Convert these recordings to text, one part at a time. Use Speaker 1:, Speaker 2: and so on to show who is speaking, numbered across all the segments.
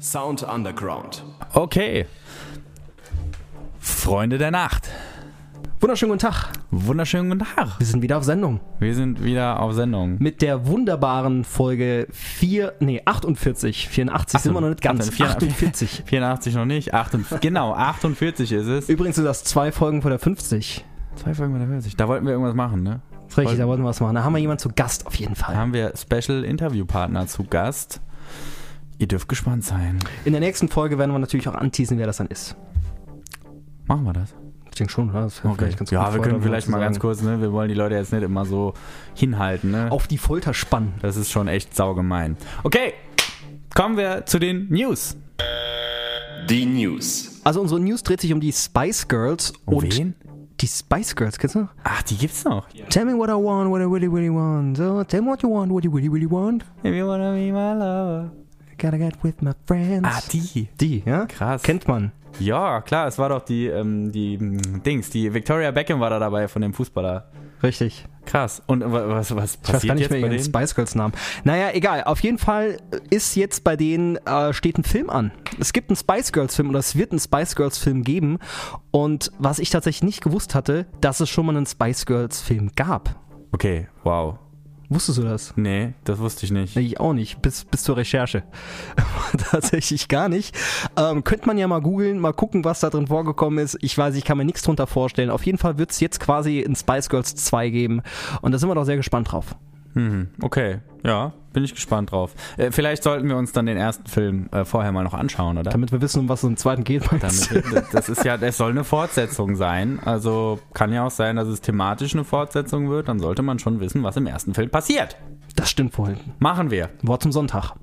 Speaker 1: Sound Underground.
Speaker 2: Okay. Freunde der Nacht.
Speaker 3: Wunderschönen guten Tag.
Speaker 2: Wunderschönen guten Tag.
Speaker 3: Wir sind wieder auf Sendung
Speaker 2: Wir sind wieder auf Sendung.
Speaker 3: mit der wunderbaren Folge 4, nee, 48. 84 sind wir noch nicht ganz. 48.
Speaker 2: 84 noch nicht. 48, genau, 48 ist es.
Speaker 3: Übrigens sind das zwei Folgen vor der 50.
Speaker 2: Zwei Folgen bei der 40. Da wollten wir irgendwas machen, ne?
Speaker 3: Das ist richtig, da wollten wir was machen. Da haben wir jemanden zu Gast auf jeden
Speaker 2: Da
Speaker 3: Fall.
Speaker 2: haben wir Special Interviewpartner zu Gast. Ihr dürft gespannt sein.
Speaker 3: In der nächsten Folge werden wir natürlich auch anteasen, wer das dann ist.
Speaker 2: Machen wir das.
Speaker 3: Ich denke schon, ne? das wäre vielleicht ganz
Speaker 2: ja,
Speaker 3: gut
Speaker 2: wir
Speaker 3: vorher
Speaker 2: können vielleicht
Speaker 3: zu
Speaker 2: mal ganz
Speaker 3: sagen.
Speaker 2: kurz, ne? Wir wollen die Leute jetzt nicht immer so hinhalten, ne?
Speaker 3: auf die Folter spannen.
Speaker 2: Das ist schon echt saugemein. Okay, kommen wir zu den News.
Speaker 1: Die News.
Speaker 3: Also unsere News dreht sich um die Spice Girls
Speaker 2: Um
Speaker 3: und die Spice Girls, kennst du? noch?
Speaker 2: Ach, die gibt's noch. Yeah.
Speaker 3: Tell me what I want, what I really, really want. So, tell me what you want, what you really, really want.
Speaker 2: If you wanna be my lover.
Speaker 3: Gotta get with my friends.
Speaker 2: Ah, die.
Speaker 3: Die, ja?
Speaker 2: Krass.
Speaker 3: Kennt man.
Speaker 2: Ja, klar, es war doch die, ähm, die ähm, Dings, die Victoria Beckham war da dabei von dem Fußballer.
Speaker 3: Richtig.
Speaker 2: Krass. Und äh, wa- was, was
Speaker 3: Ich weiß
Speaker 2: passiert
Speaker 3: gar nicht
Speaker 2: jetzt
Speaker 3: mehr
Speaker 2: bei
Speaker 3: ihren
Speaker 2: denen?
Speaker 3: Spice Girls Namen. Naja, egal. Auf jeden Fall ist jetzt bei denen, äh, steht ein Film an. Es gibt einen Spice Girls Film oder es wird einen Spice Girls Film geben. Und was ich tatsächlich nicht gewusst hatte, dass es schon mal einen Spice Girls Film gab.
Speaker 2: Okay, wow.
Speaker 3: Wusstest du das?
Speaker 2: Nee, das wusste ich nicht.
Speaker 3: Ich auch nicht, bis, bis zur Recherche. Tatsächlich gar nicht. Ähm, könnte man ja mal googeln, mal gucken, was da drin vorgekommen ist. Ich weiß, ich kann mir nichts drunter vorstellen. Auf jeden Fall wird es jetzt quasi in Spice Girls 2 geben. Und da sind wir doch sehr gespannt drauf.
Speaker 2: Mhm. Okay, ja, bin ich gespannt drauf. Äh, vielleicht sollten wir uns dann den ersten Film äh, vorher mal noch anschauen, oder?
Speaker 3: Damit wir wissen, um was es im zweiten geht. meinst du?
Speaker 2: Damit, das ist ja, es soll eine Fortsetzung sein. Also kann ja auch sein, dass es thematisch eine Fortsetzung wird. Dann sollte man schon wissen, was im ersten Film passiert.
Speaker 3: Das stimmt wohl.
Speaker 2: Machen wir.
Speaker 3: Wort zum Sonntag.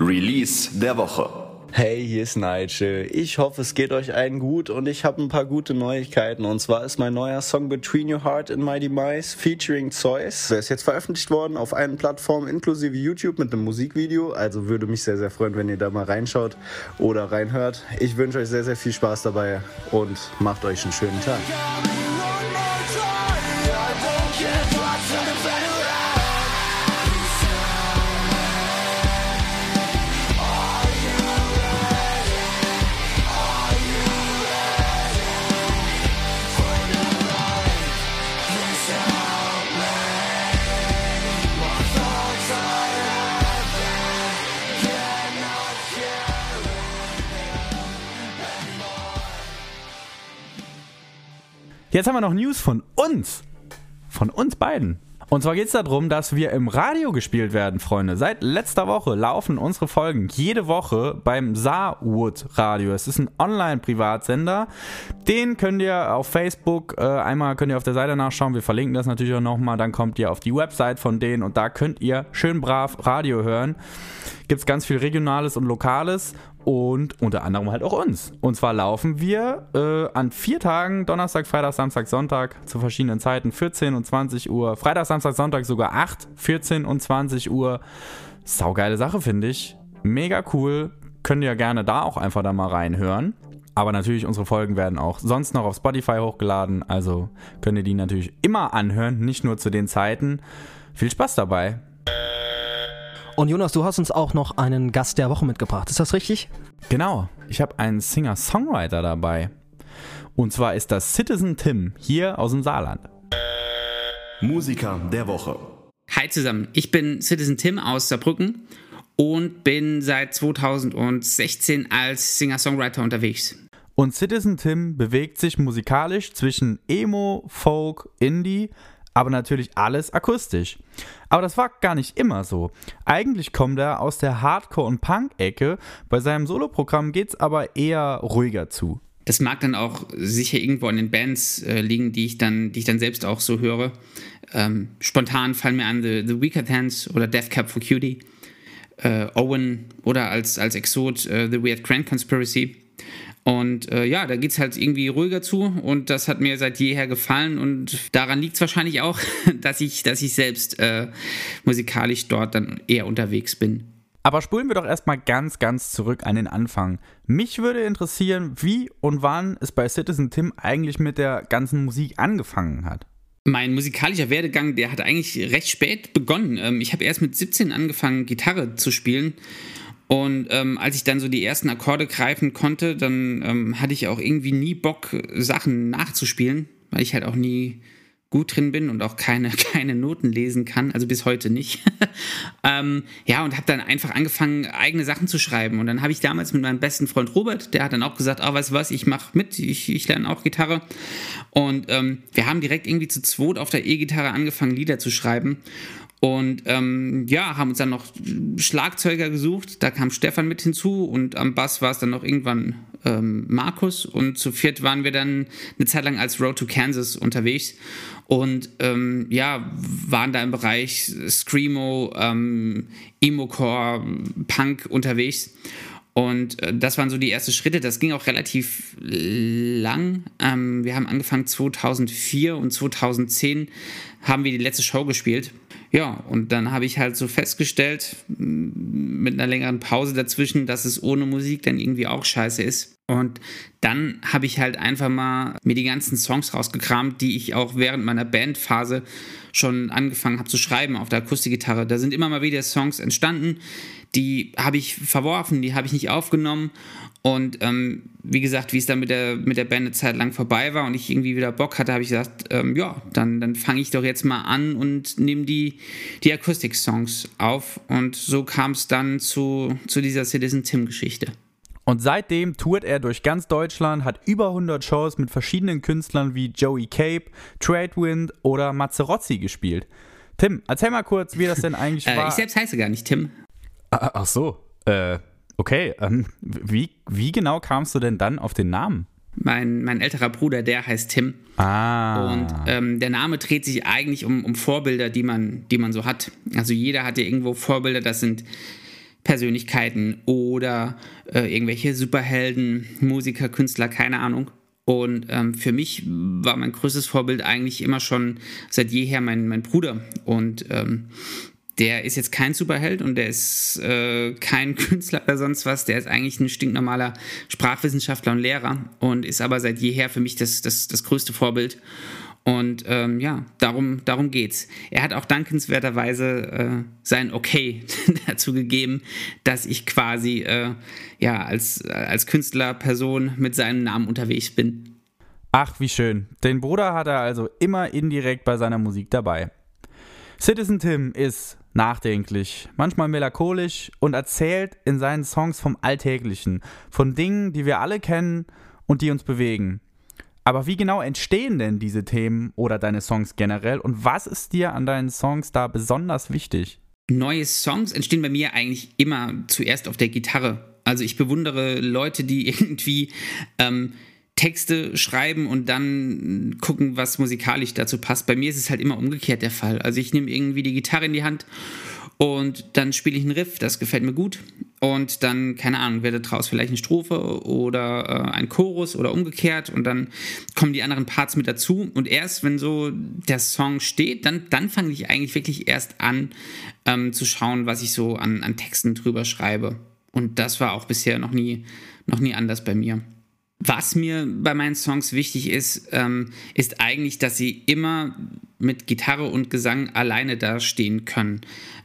Speaker 1: Release der Woche.
Speaker 4: Hey, hier ist Nigel. Ich hoffe, es geht euch allen gut und ich habe ein paar gute Neuigkeiten. Und zwar ist mein neuer Song Between Your Heart and My Demise featuring Zeus. Der ist jetzt veröffentlicht worden auf allen Plattformen inklusive YouTube mit einem Musikvideo. Also würde mich sehr, sehr freuen, wenn ihr da mal reinschaut oder reinhört. Ich wünsche euch sehr, sehr viel Spaß dabei und macht euch einen schönen Tag.
Speaker 2: Jetzt haben wir noch News von uns. Von uns beiden. Und zwar geht es darum, dass wir im Radio gespielt werden, Freunde. Seit letzter Woche laufen unsere Folgen jede Woche beim Saarwood Radio. Es ist ein Online-Privatsender. Den könnt ihr auf Facebook äh, einmal könnt ihr auf der Seite nachschauen. Wir verlinken das natürlich auch nochmal. Dann kommt ihr auf die Website von denen und da könnt ihr schön brav Radio hören gibt es ganz viel Regionales und Lokales und unter anderem halt auch uns. Und zwar laufen wir äh, an vier Tagen, Donnerstag, Freitag, Samstag, Sonntag, zu verschiedenen Zeiten, 14 und 20 Uhr, Freitag, Samstag, Sonntag sogar 8, 14 und 20 Uhr. Saugeile Sache, finde ich. Mega cool. Könnt ihr gerne da auch einfach da mal reinhören. Aber natürlich, unsere Folgen werden auch sonst noch auf Spotify hochgeladen. Also könnt ihr die natürlich immer anhören, nicht nur zu den Zeiten. Viel Spaß dabei.
Speaker 3: Und Jonas, du hast uns auch noch einen Gast der Woche mitgebracht. Ist das richtig?
Speaker 2: Genau, ich habe einen Singer-Songwriter dabei. Und zwar ist das Citizen Tim hier aus dem Saarland.
Speaker 1: Musiker der Woche.
Speaker 5: Hi zusammen, ich bin Citizen Tim aus Saarbrücken und bin seit 2016 als Singer-Songwriter unterwegs.
Speaker 2: Und Citizen Tim bewegt sich musikalisch zwischen Emo, Folk, Indie, aber natürlich alles akustisch. Aber das war gar nicht immer so. Eigentlich kommt er aus der Hardcore- und Punk-Ecke, bei seinem Soloprogramm geht's aber eher ruhiger zu.
Speaker 5: Das mag dann auch sicher irgendwo an den Bands äh, liegen, die ich, dann, die ich dann selbst auch so höre. Ähm, spontan fallen mir an The, The Weaker Hands oder Death Cab for Cutie, äh, Owen oder als, als Exot äh, The Weird Grand Conspiracy. Und äh, ja, da geht es halt irgendwie ruhiger zu und das hat mir seit jeher gefallen und daran liegt es wahrscheinlich auch, dass ich, dass ich selbst äh, musikalisch dort dann eher unterwegs bin.
Speaker 2: Aber spulen wir doch erstmal ganz, ganz zurück an den Anfang. Mich würde interessieren, wie und wann es bei Citizen Tim eigentlich mit der ganzen Musik angefangen hat.
Speaker 5: Mein musikalischer Werdegang, der hat eigentlich recht spät begonnen. Ähm, Ich habe erst mit 17 angefangen, Gitarre zu spielen Und ähm, als ich dann so die ersten Akkorde greifen konnte, dann ähm, hatte ich auch irgendwie nie Bock, Sachen nachzuspielen, weil ich halt auch nie gut drin bin und auch keine, keine Noten lesen kann, also bis heute nicht. ähm, ja, und habe dann einfach angefangen, eigene Sachen zu schreiben. Und dann habe ich damals mit meinem besten Freund Robert, der hat dann auch gesagt, ah, weißt du was, ich mache mit, ich, ich lerne auch Gitarre. Und ähm, wir haben direkt irgendwie zu zweit auf der E-Gitarre angefangen, Lieder zu schreiben. Und ähm, ja, haben uns dann noch Schlagzeuger gesucht. Da kam Stefan mit hinzu und am Bass war es dann noch irgendwann ähm, Markus. Und zu viert waren wir dann eine Zeit lang als Road to Kansas unterwegs und ähm, ja, waren da im Bereich Screamo, ähm, Emo-Core, Punk unterwegs. Und äh, das waren so die ersten Schritte. Das ging auch relativ lang. Ähm, wir haben angefangen 2004 und 2010 haben wir die letzte Show gespielt. Ja, und dann habe ich halt so festgestellt, m- mit einer längeren Pause dazwischen, dass es ohne Musik dann irgendwie auch scheiße ist. Und dann habe ich halt einfach mal mir die ganzen Songs rausgekramt, die ich auch während meiner Bandphase schon angefangen habe zu schreiben auf der Akustikgitarre. Da sind immer mal wieder Songs entstanden, die habe ich verworfen, die habe ich nicht aufgenommen. Und ähm, wie gesagt, wie es dann mit der, mit der Band eine Zeit lang vorbei war und ich irgendwie wieder Bock hatte, habe ich gesagt, ähm, ja, dann, dann fange ich doch jetzt mal an und nehme die, die Akustik-Songs auf. Und so kam es dann zu, zu dieser Citizen Tim-Geschichte.
Speaker 2: Und seitdem tourt er durch ganz Deutschland, hat über 100 Shows mit verschiedenen Künstlern wie Joey Cape, Tradewind oder Mazzerozzi gespielt. Tim, erzähl mal kurz, wie das denn eigentlich
Speaker 5: Äh,
Speaker 2: war.
Speaker 5: ich selbst heiße gar nicht Tim.
Speaker 2: Ah, Ach so, äh, okay. Ähm, wie, wie genau kamst du denn dann auf den Namen?
Speaker 5: Mein, mein älterer Bruder, der heißt Tim.
Speaker 2: Ah.
Speaker 5: Und ähm, der Name dreht sich eigentlich um, um Vorbilder, die man, die man so hat. Also jeder hat ja irgendwo Vorbilder, das sind Persönlichkeiten oder äh, irgendwelche Superhelden, Musiker, Künstler, keine Ahnung. Und ähm, für mich war mein größtes Vorbild eigentlich immer schon seit jeher mein, mein Bruder. Und ähm, der ist jetzt kein Superheld und der ist äh, kein Künstler oder sonst was. Der ist eigentlich ein stinknormaler Sprachwissenschaftler und Lehrer und ist aber seit jeher für mich das, das, das größte Vorbild. Und ähm, ja, darum, darum geht's. Er hat auch dankenswerterweise äh, sein Okay dazu gegeben, dass ich quasi äh, ja, als, als Künstler, Person mit seinem Namen unterwegs bin.
Speaker 2: Ach, wie schön. Den Bruder hat er also immer indirekt bei seiner Musik dabei. Citizen Tim ist nachdenklich, manchmal melancholisch und erzählt in seinen Songs vom Alltäglichen, von Dingen, die wir alle kennen und die uns bewegen. Aber wie genau entstehen denn diese Themen oder deine Songs generell und was ist dir an deinen Songs da besonders wichtig?
Speaker 5: neue Songs entstehen bei mir eigentlich immer zuerst auf der Gitarre. Also ich bewundere Leute, die irgendwie ähm, Texte schreiben und dann gucken, was musikalisch dazu passt. Bei mir ist es halt immer umgekehrt der Fall. Also ich nehme irgendwie die Gitarre in die Hand und dann spiele ich einen Riff, das gefällt mir gut. Und dann, keine Ahnung, werde daraus vielleicht eine Strophe oder äh, ein Chorus oder umgekehrt. Und dann kommen die anderen Parts mit dazu. Und erst, wenn so der Song steht, dann, dann fange ich eigentlich wirklich erst an ähm, zu schauen, was ich so an, an Texten drüber schreibe. Und das war auch bisher noch nie, noch nie anders bei mir. Was mir bei meinen Songs wichtig ist, ähm, ist eigentlich, dass sie immer mit Gitarre und Gesang alleine dastehen können.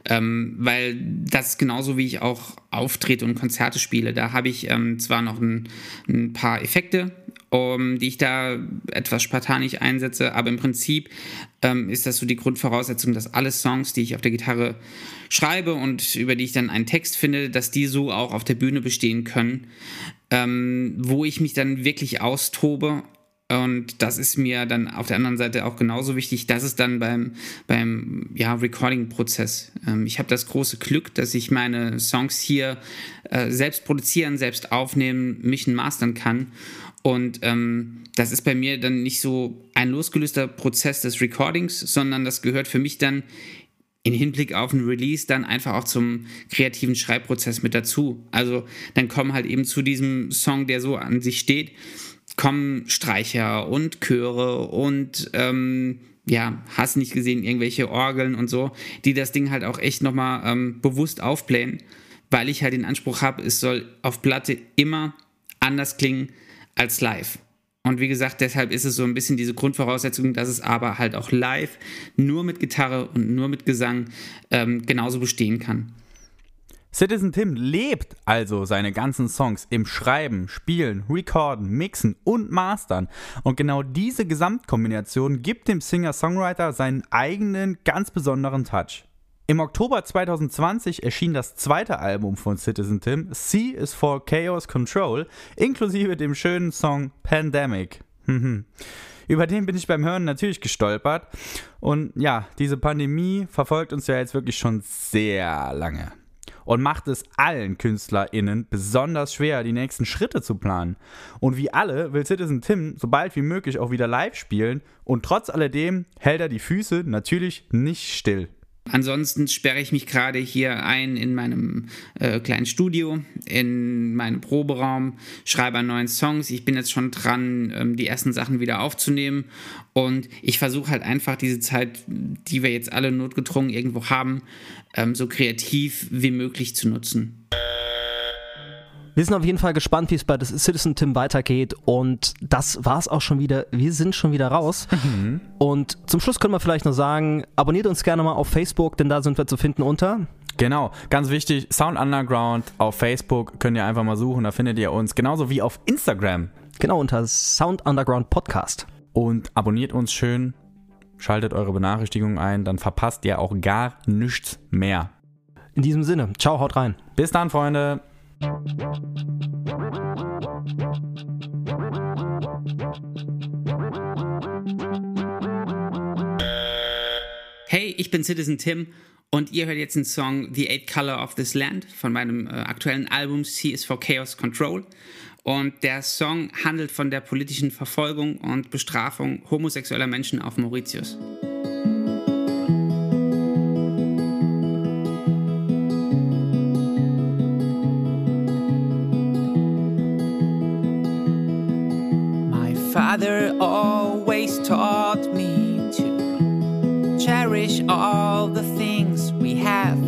Speaker 5: Ähm, weil das ist genauso wie ich auch auftrete und Konzerte spiele. Da habe ich ähm, zwar noch ein, ein paar Effekte, ähm, die ich da etwas spartanisch einsetze, aber im Prinzip ähm, ist das so die Grundvoraussetzung, dass alle Songs, die ich auf der Gitarre schreibe und über die ich dann einen Text finde, dass die so auch auf der Bühne bestehen können ähm, wo ich mich dann wirklich austobe. Und das ist mir dann auf der anderen Seite auch genauso wichtig. Das ist dann beim, beim ja, Recording-Prozess. Ähm, ich habe das große Glück, dass ich meine Songs hier äh, selbst produzieren, selbst aufnehmen, mich mastern kann. Und ähm, das ist bei mir dann nicht so ein losgelöster Prozess des Recordings, sondern das gehört für mich dann in Hinblick auf ein Release dann einfach auch zum kreativen Schreibprozess mit dazu. Also dann kommen halt eben zu diesem Song, der so an sich steht, kommen Streicher und Chöre und ähm, ja, hast nicht gesehen, irgendwelche Orgeln und so, die das Ding halt auch echt nochmal ähm, bewusst aufblähen, weil ich halt den Anspruch habe, es soll auf Platte immer anders klingen als live. Und wie gesagt, deshalb ist es so ein bisschen diese Grundvoraussetzung, dass es aber halt auch live nur mit Gitarre und nur mit Gesang ähm, genauso bestehen kann.
Speaker 2: Citizen Tim lebt also seine ganzen Songs im Schreiben, Spielen, Recorden, Mixen und Mastern. Und genau diese Gesamtkombination gibt dem Singer-Songwriter seinen eigenen, ganz besonderen Touch. Im Oktober 2020 erschien das zweite Album von Citizen Tim, C is for Chaos Control, inklusive dem schönen Song Pandemic. Mhm. Über den bin ich beim Hören natürlich gestolpert. Und ja, diese Pandemie verfolgt uns ja jetzt wirklich schon sehr lange und macht es allen KünstlerInnen besonders schwer, die nächsten Schritte zu planen. Und wie alle will Citizen Tim so bald wie möglich auch wieder live spielen und trotz alledem hält er die Füße natürlich nicht still.
Speaker 6: Ansonsten sperre ich mich gerade hier ein in meinem äh, kleinen Studio, in meinem Proberaum, schreibe an neuen Songs. Ich bin jetzt schon dran, ähm, die ersten Sachen wieder aufzunehmen. Und ich versuche halt einfach diese Zeit, die wir jetzt alle notgedrungen irgendwo haben, ähm, so kreativ wie möglich zu nutzen.
Speaker 3: Wir sind auf jeden Fall gespannt, wie es bei das Citizen Tim weitergeht. Und das war's auch schon wieder. Wir sind schon wieder raus. Und zum Schluss können wir vielleicht noch sagen, abonniert uns gerne mal auf Facebook, denn da sind wir zu finden unter.
Speaker 2: Genau, ganz wichtig, Sound Underground auf Facebook könnt ihr einfach mal suchen, da findet ihr uns, genauso wie auf Instagram.
Speaker 3: Genau, unter Sound Underground Podcast.
Speaker 2: Und abonniert uns schön, schaltet eure Benachrichtigungen ein, dann verpasst ihr auch gar nichts mehr.
Speaker 3: In diesem Sinne, ciao, haut rein.
Speaker 2: Bis dann, Freunde.
Speaker 6: Hey, ich bin Citizen Tim und ihr hört jetzt den Song The Eight Color of This Land von meinem äh, aktuellen Album C is for Chaos Control. Und der Song handelt von der politischen Verfolgung und Bestrafung homosexueller Menschen auf Mauritius.
Speaker 5: My father always taught me to cherish all the things we have.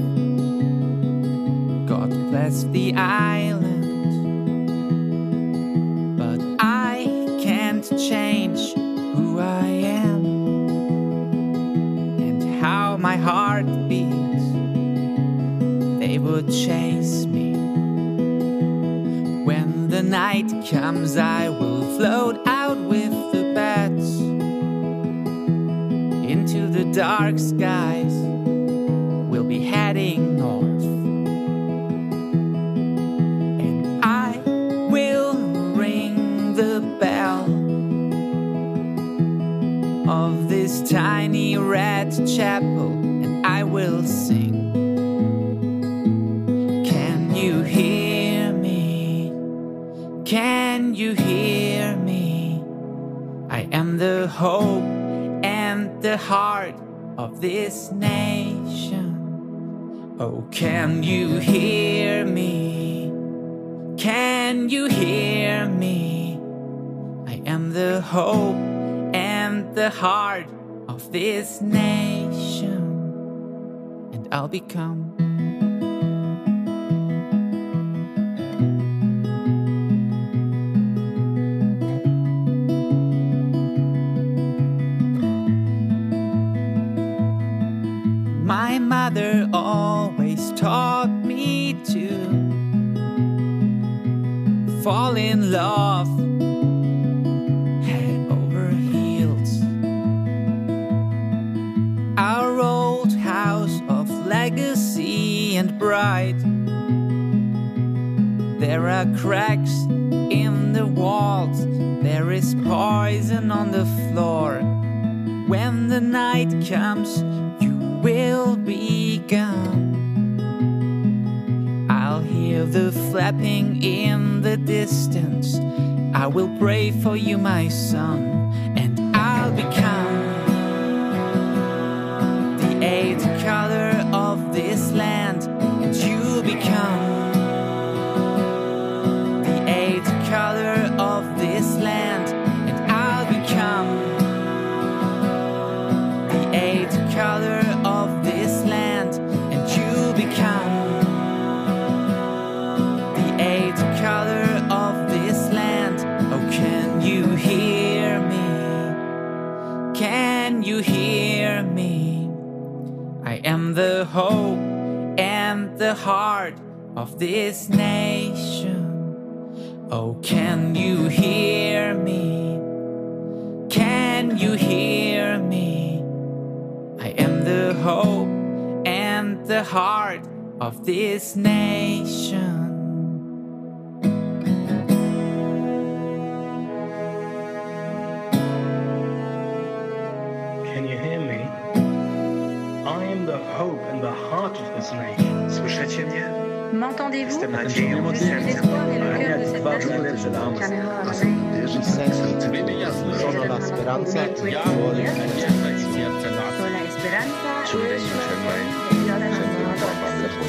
Speaker 5: God bless the island, but I can't change who I am and how my heart beats. They would chase me. When the night comes, I will float out with the bats into the dark skies. We'll be heading north, and I will ring the bell of this tiny red chapel, and I will sing. Can you hear me? Can you hear me? I am the hope and the heart of this nation. Oh, can you hear me? Can you hear me? I am the hope and the heart of this nation, and I'll become. My mother always taught me to fall in love head over heels. Our old house of legacy and pride. There are cracks in the walls, there is poison on the floor. When the night comes, you will be gone. I'll hear the flapping in the distance. I will pray for you, my son, and I'll become the eighth color of this land, and you become the eighth color of this land, and I'll become the eighth color of this land, and you become the eighth color of this land. Oh, can you hear me? Can you hear me? I am the hope and the heart of this nation. Oh, can you hear me? Can you hear me? I am the hope and the heart of this nation.
Speaker 7: Can you hear me? I am the hope and the heart of this nation.
Speaker 8: Słyszycie mnie?
Speaker 9: M'entendez-vous
Speaker 8: Jestem
Speaker 9: Je
Speaker 8: nadzieją
Speaker 9: suis l'espoir et le cœur de cette nation. Caméra à l'oreille. Con la esperanza y el corazón.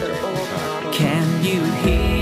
Speaker 9: El corazón.
Speaker 5: Can you hear?